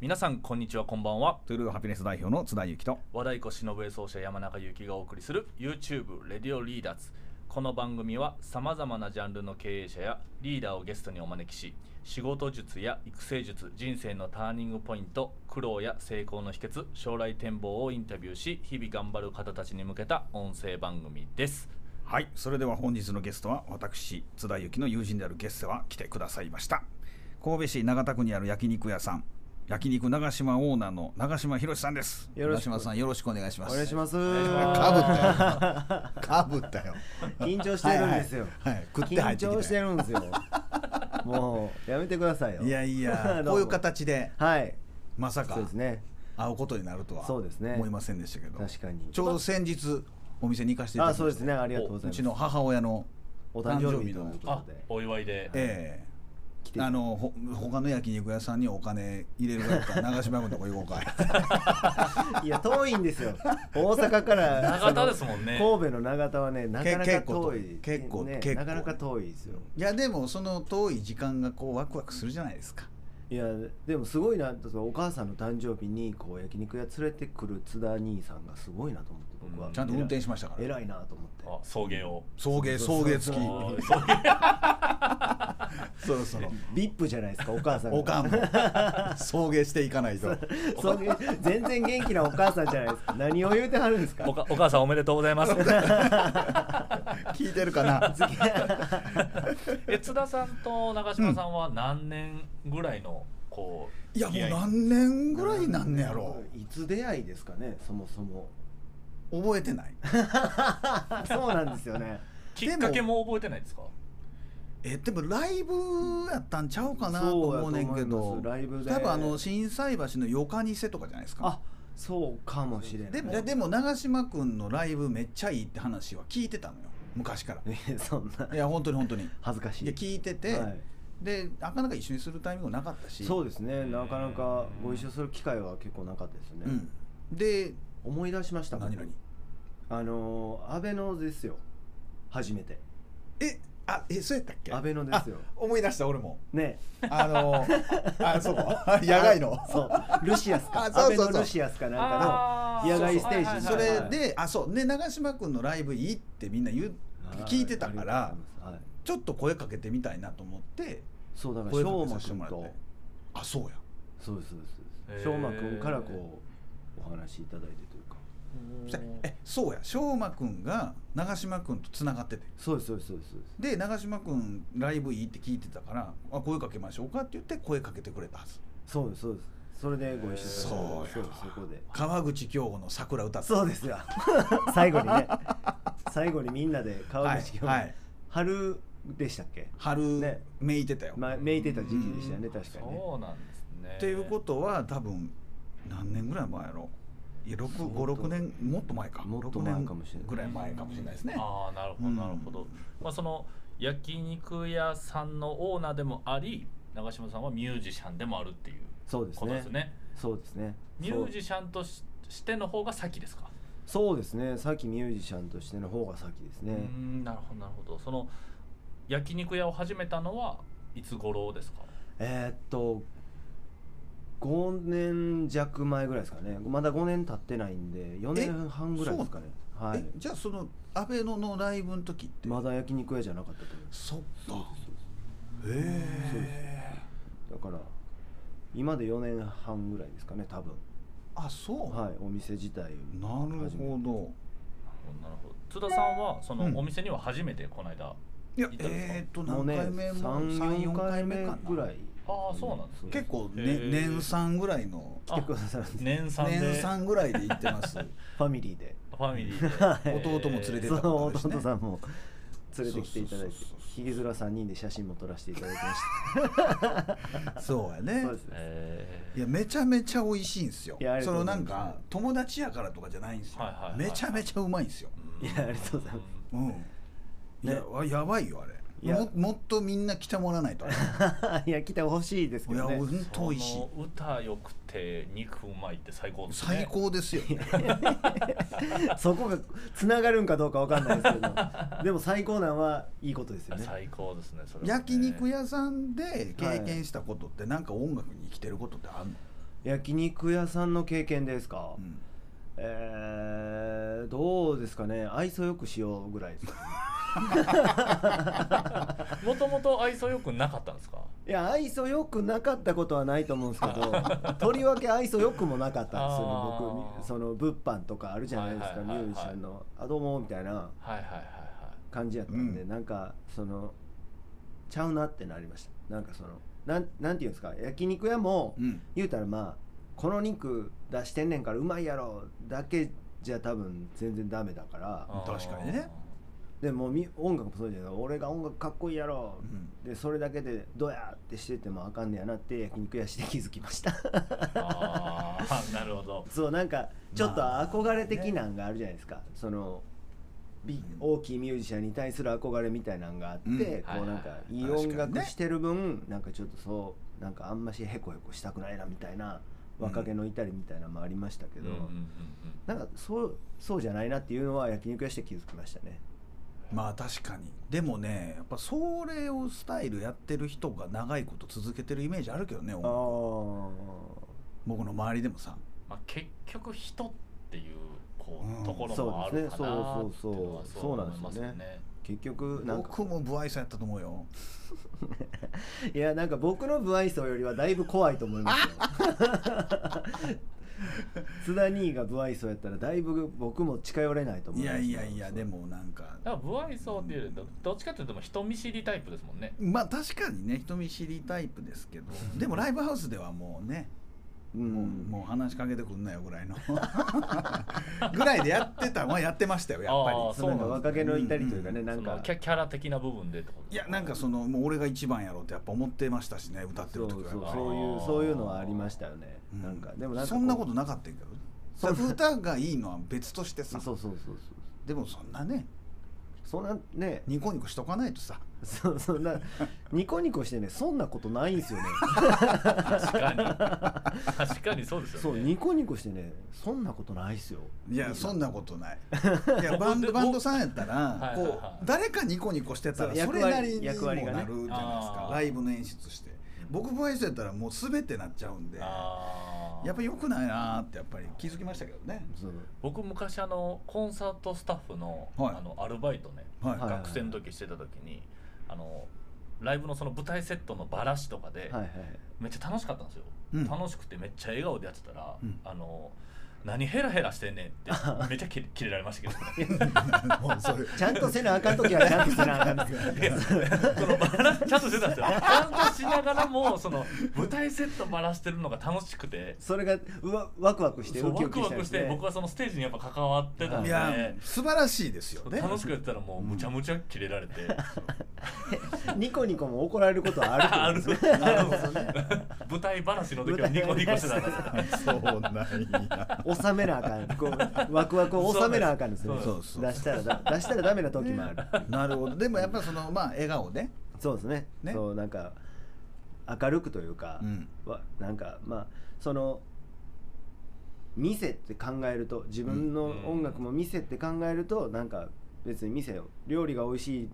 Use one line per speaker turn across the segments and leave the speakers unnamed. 皆さんこんにちはこんばんは
トゥルーハピネス代表の津田ゆきと
和太鼓忍べ奏者山中由紀がお送りする YouTube レディオリーダーズこの番組はさまざまなジャンルの経営者やリーダーをゲストにお招きし仕事術や育成術人生のターニングポイント苦労や成功の秘訣将来展望をインタビューし日々頑張る方たちに向けた音声番組です
はいそれでは本日のゲストは私津田ゆきの友人であるゲッセは来てくださいました神戸市長田区にある焼肉屋さん焼肉長島オーナーの長島博さんです
よろ
長
しく
島さんよろしくお願いします。。
お願いしますす。
かぶったよ。かぶったよ。
緊張してるんですよ。
はいはいはい食って入ってきて
緊張してるんですよ。もうやめてくださいよ。
いやいや、
ど
こういう
も。
形で
はい。
まさか
そうですね。
会うことになるとは
そうですね
思いませんでしたけど、
確かに
ちょうど先日お店に行かせていただ
あ、
き
そ
ま
う
し
で
た
すね。ありがとうございうます。
ちの母親の
お誕生日
誕生
という
日
こ
あ
とで。
お祝いで、
え
来て
えあのほ他の焼肉屋さんにお金入れるかどう か長島君のとこ行こうか。
いや遠いんですよ。大阪から
長田ですもんね
その神戸の長田はね、なかなか
結構
遠
遠い
い。
結構
ね
結構
なかなか遠いですよ。
いやでもその遠い時間がこうワクワクするじゃないですか。
いやでもすごいなとお母さんの誕生日にこう焼肉屋連れてくる津田兄さんがすごいなと思って僕は
う
ちゃんと運転しま
し
したから。
偉いなと思って
あ送迎を
送迎送迎付き。
あ送迎
そろそろ。
ビップじゃないですかお母さんが
お かんも送迎していかないと。
そういう全然元気なお母さんじゃないですか何を言うてはるんですか
おかお母さんおめでとうございます
聞いてるかな。
え津田さんと長島さんは何年ぐらいのこう
いやもう
付き合
何年ぐらいなんねやろ
いつ出会いですかねそもそ も
覚えてない
そうなんですよね
きっかけも覚えてないですか
えでもライブやったんちゃうかなと思うねんけ
そうやと思いま
ど
すライブで
多分あの心斎橋のよかにせとかじゃないですか
あそうかもしれない
でもでも長嶋君のライブめっちゃいいって話は聞いてたのよ昔から
えそんない
や本当に本当に
恥ずかしい
いや聞いてて、
はい
でなかなか一緒にするタイミングなかったし
そうですねなかなかご一緒する機会は結構なかったですね、
うん、で
思い出しました僕
何々
あのーアベノですよ初めて
えあえそうやったっけ
アベノですよ
あ思い出した俺 も
ね
あのあ そう野外の
あそうルシアスか
あそうそうそう
アベノルシアスかなんかの
あー
野外ステージ
それ
はい
であそうね長嶋君のライブいいってみんな言う聞いてたから
はいはい
ちょっと声かけてみたいなと思って
そうだから
声
し
か
ょう
け
ま
させて
くん
もらっ
と
てあそうや
そうですそう
へー
ですしょうまくんからこうお話しいただいてというか
そしたらえそうや翔馬君が長嶋君とつながってて
そうですそうですそうですそうです
で長嶋君ライブいいって聞いてたからあ声かけましょうかって言って声かけてくれたはず
そうですそうですそれでご一緒させてもらって
そうや
そうそこで
川口京吾の桜歌って
そうですよ最後にね最後にみんなで川口
はいはい
春でしたっけ
春
ね
めいてたよ、
まめいてた時期でしたよね
うん
確かにね
そうなんですね
っていうことは多分何年ぐらい前やろいや656年もっと前か
もっと
6年
前かもしれない
ぐらい前かもしれないですね
ああなるほど
うん
なるほど、まあその焼肉屋さんのオーナーでもあり長嶋さんはミュージシャンでもあるっていう
そうです
こと
ね
ですね
そうですね
ミュージシャンとししての方が先ですか
そうですねさっきミュージシャンとしての方が先です
うー
ね
んなるほどなるほどその焼肉屋を始めたのはいつ頃ですか
えーっと5年弱前ぐらいですかねまだ5年経ってないんで4年半ぐらいですかねはい
えじゃあそのアベノのライブの時って
まだ焼肉屋じゃなかったと思います
そっかへえ
だから今で4年半ぐらいですかね多分
あそう、
はいお店自体
なるほど
なるほど津田さんはその
うん
お店には初めてこの間、
いや
いたんですか
えー、っと
もう
何
ね
回目も
34
34回目かな
ぐらい
ああそうなんですね
結構、ね
へー
年3ぐらいの
来てくださるんです
年三で
年3ぐらいで行って ます
ファミリーで
ファミリーで
弟も連れて
え
出
ー
た
その
ことあるしね
弟さんも連れてきていただいて
そうそうそうそう
ひげ面3人で写真も撮らせていただきまし
そうや
た
ね
そうですね
え
いやめちゃめちゃ美味しいんですよ
いやありが
その
とうご
な
ざ
いん
ます
か友達やからとかじゃないんですよ、
はいはいはい
めちゃめちゃうまいんですよ
ー
いやありがとうございます
うん、いや
ね
あやばいよあれ
いや
ももっとみんな来てもらわないとあれ
いや来てほしいですけ
いや
どね
ほんと
そ
美味しい
の歌良くて肉うまいって最高ですね
最高ですよ、ね、
そこがつながるんかどうかわかんないです けどでも最高なんはいいことですよね
最高ですねそれはね
焼肉屋さんで経験したことってなんか音楽に生きてることってあるの、
え焼肉屋さんの経験ですか、
うん
えー、どうですかね愛想よくしようぐらいですかね
もともと愛想よくなかったんですか
いや愛想よくなかったことはないと思うんですけ どとりわけ愛想よくもなかったん
あ
ですよね
ー
僕その物販とかあるじゃないですか、
はいはいはいはい
ミュージシャンの「あどうも」みたいな
はいはいはいはい
感じやったんで、
う
なんかそのちゃうなってなりましたなんかそのなんなんていうんですか焼肉屋も、
うん
言うたらまあこの肉出してんねんからうまいやろだけじゃ多分全然ダメだから
あー
確かにね
でもみ音楽もそうじゃない俺が音楽かっこいいやろ
うん
でそれだけでどやってしててもあかんねやなって焼肉屋して気づきました
あーなるほど
そうなんかちょっと
まあ
憧れ的なんがあるじゃないですかそのび大きいミュージシャンに対する憧れみたいなんがあって、
うん
こ
はいは
う
い
なんかいい
確かに
音
ね
楽してる分、なんかちょっとそうなんかあんましへこへこしたくないなみたいな若気の至りみたいなのもありましたけ
うん
ど、
うんうん
なんかそうそうじゃないなっていうのは焼肉屋して気づきましたね。
まあ確かにでもねやっぱそれをスタイルやってる人が長いこと続けてるイメージあるけどね
あ
音
あ
楽僕の周りでもさ
まあ、結局人っていうこう、
うん
ところもあるかなっていうのはそう思いますよね。
結局なんか
僕も不愛想やったと思うよ
いやなんか僕の不愛想よりはだいぶ怖いと思いますよ。津田兄が不愛想やったらだいぶ僕も近寄れないと思
い
いま
や
すよ
いやいやでもなんか
だから不愛想っていうよりどどっちかっていうと人見知りタイプですもんね。
まあ確かにね人見知りタイプです けどでもライブハウスではもうね
う
もうんもう話しかけてくんなよぐらいの ぐらいでやってたまあやってましたよやっぱり
あー
そうなんか若気の至りというかね、
ん
なん
そ
か
のキャキャラ的な部分でってこと
い
です
や
か
なんかそのもう俺が一番やろうってやっぱ思ってましたしね歌って
そ
る
うそ
時
う
はやっ
そう
ぱり
いうそういうのはありましたよね、
うん
なんかでもなんか
そんなことなかったんやけどそれ歌がいいのは別として
そ
さ
うそうそうそう
でもそんなね
そんなね
ニコニコしとかないとさ
そうそんなニコニコしてねそんなことないんですよね
確かに確かにそうです
そ
よ
う
ね。
ニコニコしてねそんなことないっすよ
いやそんなこと ないいやバンドバンドさんやったら
はいはい
こ
は
う
い
誰かニコニコしてたら
そう
それなりにもなる
役
じゃない
割
です
役割がね
か
あー
ライブの演出して僕不愛想やったらもう全てなっちゃうんでや
あー
っぱ良くないなーってやっぱり気づきましたけどね
そう
僕昔あのコンサートスタッフの,、
はい
あのアルバイトね、
はい
はい
学生の時してた時にあのライブのその舞台セットのバラシとかで、
はいはい
めっちゃ楽しかったんですよ、
うん
楽しくてめっちゃ笑顔でやってたら、
うん
あの何ヘラヘラしてんねんってめっちゃキレキレられましたけどね
もうそれ
ちゃんとせなあかん時はちゃんとせなあかんですよ
いやそのバ ラちゃんとしてたんですよちゃんとしながらもその舞台セットバラしてるのが楽しくて
それがうわワクワクして
そう
ウキ
ワ
ウ
ク
キ
ワ
したり
ク
し
してて僕はそのステージにやっぱ関わってたん
い
で
や素晴らしいですよね
楽しくやってたらもうむちゃむちゃキレられて、
ニコニコも怒られることはある
あ
って
る
ことですね
舞台話の時はニコニコしてたんですよ
そうなんや
収めなあかんこうワクワクを収めなあかんですね
そうですそうで
出
す
したらだ出したらダメな時もある
なるほどでもやっぱそのまあ笑顔で
そうですね
ね
そうなんか明るくというか、
うん
はなんかまあその店って考えると自分の音楽も店って考えると、なんか別に店を料理が美味しい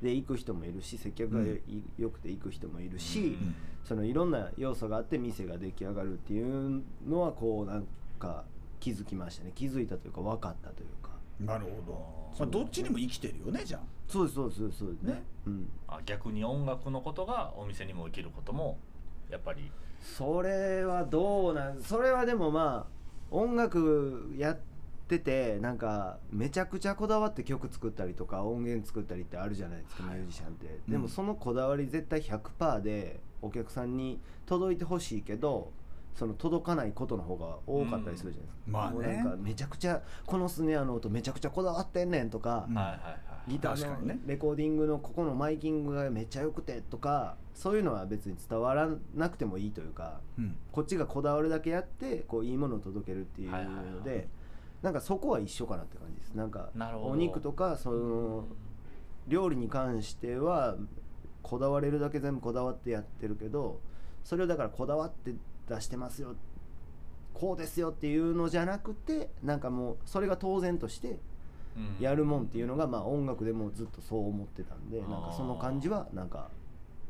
で行く人もいるし接客がよ,、よくて行く人もいるし、
うん
そのいろんな要素があって店が出来上がるっていうのはこうなんか気づきましたね気づいたというか分かったというか
なるほどまあどっちにも生きてるよねじゃあ
そうですそうですそうですね
ね
うん
あ逆に音楽のことがお店にも生きることもやっぱり
それはどうなんそれはでもまあ音楽やっててなんかめちゃくちゃこだわって曲作ったりとか音源作ったりってあるじゃないですか、ミュージシャンって
うん
でもそのこだわり絶対100%でお客さんに届いてほしいけどその届かないことの方が多かったりするじゃないですか、
うんまあね
もうなんかめちゃくちゃこのスネアの音めちゃくちゃこだわってんねんとか、
うん
はいはいはい
ギター
確かに
の
ね
レコーディングのここのマイキングがめっちゃ良くてとかそういうのは別に伝わらなくてもいいというか
うん
こっちがこだわるだけやってこういいものを届けるっていうので、
はいはいはい
なんかそこは一緒かなって感じですなんか
なるほど
お肉とかその料理に関してはこだわれるだけ全部こだわってやってるけどそれをだからこだわって出してますよこうですよっていうのじゃなくてなんかもうそれが当然として
うん
やるもんっていうのがまあ音楽でもずっとそう思ってたんでなんかその感じはなんか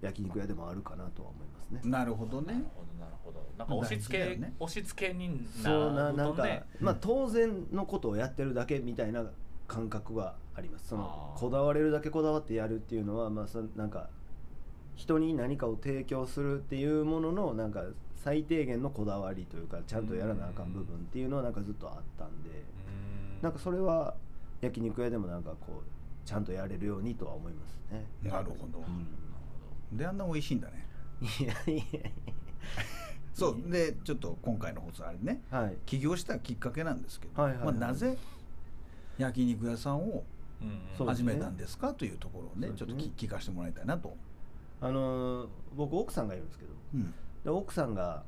焼肉屋でもあるかなとは思いますね。
なるほど
な
ね
るほどなるほどなんか押し付
大
け、
事だよね
押し付けにな
そうな
る
な
と
んか、
ね
まあ当然のことをやってるだけみたいな感覚はありますその
あー
こだわれるだけこだわってやるっていうのはまあそなんか人に何かを提供するっていうもののなんか最低限のこだわりというかちゃんとやらなあかん部分っていうのはなんかずっとあったんで
う
なんかそれは焼肉屋でもなんかこうちゃんとやれるようにとは思いますね。
なるほど
なる
であんな美味しいんだね
いやいやい
そうでちょっと今回の放送あれね
やはい
起業したきっかけなんですけど、
はいはいはい
まあ、なぜ焼肉屋さんを
ほどうんうん
そうです
始
ね
めたんですかというところをね
そうです
ちょっ
ね
と聞聞かせてもらいたいなと、
あのー僕奥さんがいるんですけど
うん
で奥さんが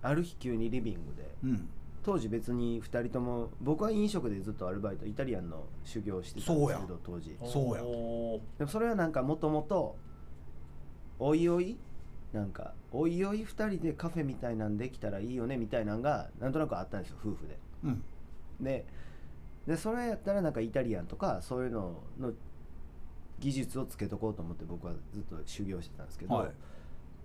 ある日急にリビングで
うん、
当時別に2人とも僕は飲食でずっとアルバイトイタリアンの修行をしてたんですけ
そう
ど当時
そうや
おー
でもそれはなんかもともとおいおいなんかおいおい2人でカフェみたいなんできたらいいよねみたいなんがなんとなくあったんですよ夫婦で
うん、
ででそれやったらなんかイタリアンとかそういうのの技術をつけとこうと思って僕はずっと修行してたんですけど、
はい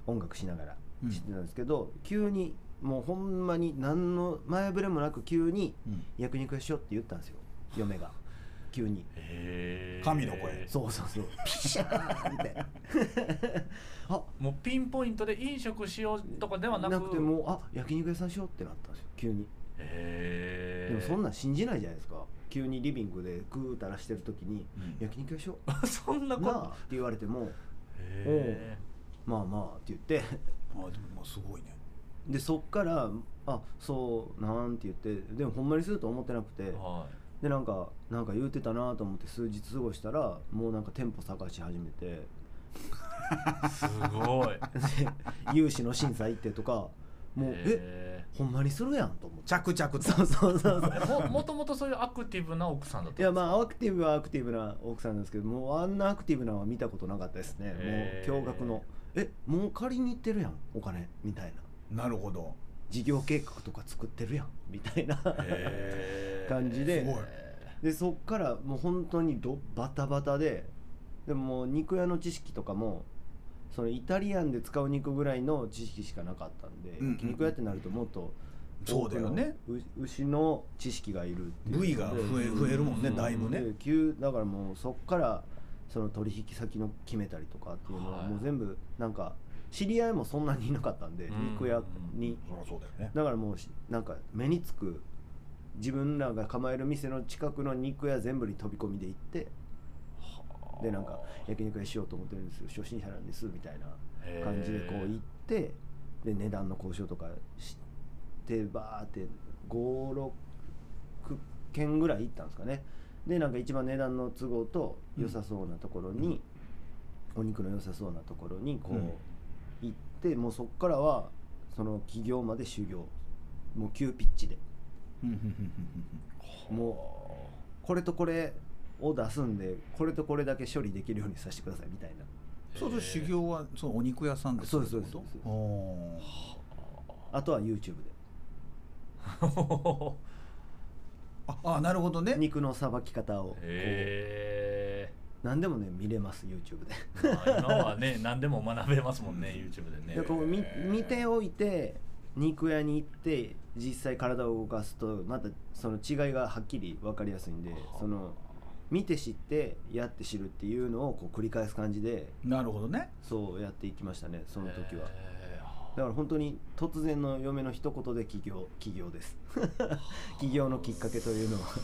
音楽しながら
うん
してたんですけど、急にもうほんまに何の前触れもなく急に
うん
焼肉屋しようって言ったんですよ嫁が急に
へー
神の声
そうそ うそうピシャーンってあ
もうピンポイントで飲食しようとかではなく
なくてもうあ焼肉屋さんしようってなったんですよ急に
へ
で
ー
もそんなん信じないじゃないですか急にリビングでグーたらしてる時に
うん
「焼肉屋しよ う」
そんなこ
な
と
あって言われても
へ
「まあまあ」って言って
あーでもまあすごいね
でそっから「あそうなん」て言ってでもほんまにすると思ってなくて
ーは
でなんかなんか言うてたなと思って数日過ごしたらもうなんか店舗探し始めて
いすごい
融資の審査行ってとか もうえ
へ
ほんまにするやんと思って
着々と
そうそうそうそう
ーももともとそういうアクティブな奥さんだった
いやまあアクティブはアクティブな奥さんなんですけどもうあんなアクティブなのは見たことなかったですね
へー
もう驚愕のえもう借りに行ってるやんお金みたいな
なるほど
事業計画とか作ってるやんみたいな
へー
感じです
ごい
でそっからもう本当にどバタバタででももう肉屋の知識とかもそのイタリアンで使う肉ぐらいの知識しかなかったんで、
うんうん
肉屋ってなるともっと
そうだよね
多くのう牛の知識がいるっていう
部位が増え増えるもんね
うん
だいぶね
で急だからもうそっからその取引先の決めたりとかっていうのは
はい
もう全部なんか知り合いもそんなにいなかったんで、
うん
肉屋に
そりゃそうだよね
だからもうしなんか目につく自分らが構える店の近くの肉屋全部に飛び込みで行ってでなんか焼肉屋しようと思ってるんですよ初心者なんですみたいな
へー
感じでこう行ってで値段の交渉とかしてバーって56軒ぐらい行ったんですかねでなんか一番値段の都合と良さそうなところに、お肉の良さそうなところにこう、
うん
行ってもうそこからはその起業まで修行もう急ピッチで
うんうんうんうん
もうこれとこれを出すんでこれとこれだけ処理できるようにさせてくださいみたいな
うんそうそう修行はそうお肉屋さんです
そうですそうですそうです
お
あとは YouTube
ああなるほどね
で肉のさばき方をこう
へ
何でもね見れます YouTube で
え、まあ、今はね何でも学べますもんね YouTube でね
でこう見見ておいて肉屋に行って実際体を動かすとまたその違いがはっきり分かりやすいんでその見て知ってやって知るっていうのをこう繰り返す感じで
なるほどね
そうやっていきましたねその時は
へ
だから本当に突然の嫁の一言で起業起業です起業のきっかけというのは
え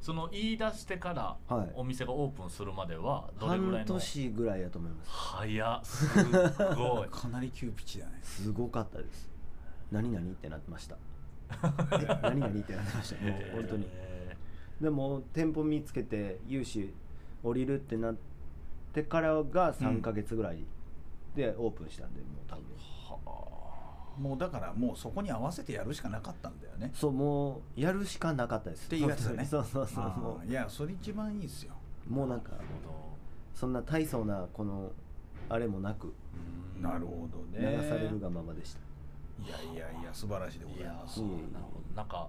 その言い出してから
はい
お店がオープンするまではどれぐらい
半
の
年ぐらいやと思います
早っすっごい
かなり急ピッチだね
すごかったです何々ってなってました え何々ってなってましたもう 本当に
へ
でも店舗見つけて融資降りるってなってからが3ヶ月ぐらいでオープンしたんで、もう多分
えは
もうだからもうそこに合わせてやるしかなかったんだよね
そうもうやるしかなかったです
っていうやつだね
そうそうそう
あー
も
いやそれ一番いいですよ
うもうなん
あ
か
なるほ
そんな大層なこのあれもなく
どうん
なるほど
流
ね
されるがままでした、
いやいやいや素晴らしいでご
い
ざい
や
ます
そう
いえいえ
なるほどなんか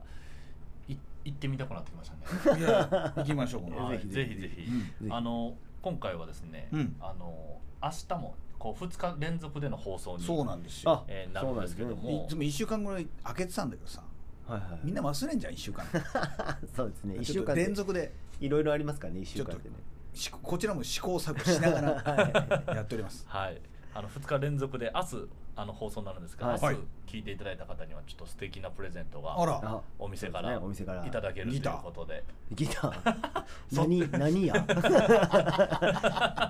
い行ってみたくなってきましたね
いや行きましょうこ
はい
の
ぜひぜひ
うん
あの今回はですね、
うん
あの明日もこう2日連続での放送に
そうなんですよ
あ
えーな
そ
る
うんなん
で
ですす
け
ね
ど
い
も
つも1週間ぐらい開けてたんだけどさ
はいはい
みんな忘れんじゃん1週間
そうですね1
ち
週
ょっと
間
連
で
続で
いろいろありますからね1週間
ち
でね
試行こちらも試行錯誤しながらやっております
はい、あの2日連続で明日あの放送になるんですが、
はい
明日聞いていただいた方にはちょっと素敵なプレゼントが
あら
あ
お店か
そうで
ら
すねお店から
いただけるとい
ギ
う
ター
ことで、
ギター何何や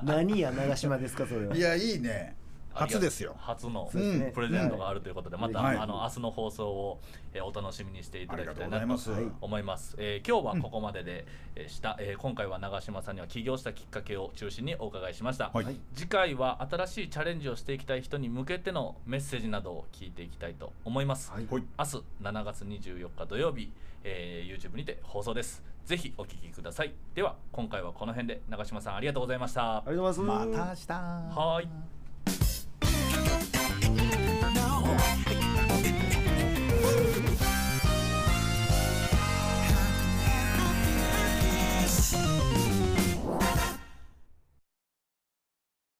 何や長島ですかそれはい
やいいね
ありが
初ですよ
初の
そうですね
プレゼントがあるということで、また、
はい
あの明日の放送を、えーお楽しみにしてい
あ
ただ
りが
き
と
た
う
い
ござい
な
ま
と
す、
はい
思います、えー今日はここまででえーした、えー今回は長嶋さんには起業したきっかけを中心にお伺いしました、
はい
次回は新しいチャレンジをしていきたい人に向けてのメッセージなどを聞いていきたいと思います、
ほい
明日7月24日土曜日、えー YouTube にて放送ですぜひお聞きくださいでは今回はこの辺で長嶋さんありがとうございました
ありがとうございま
ま
す
た明日
はい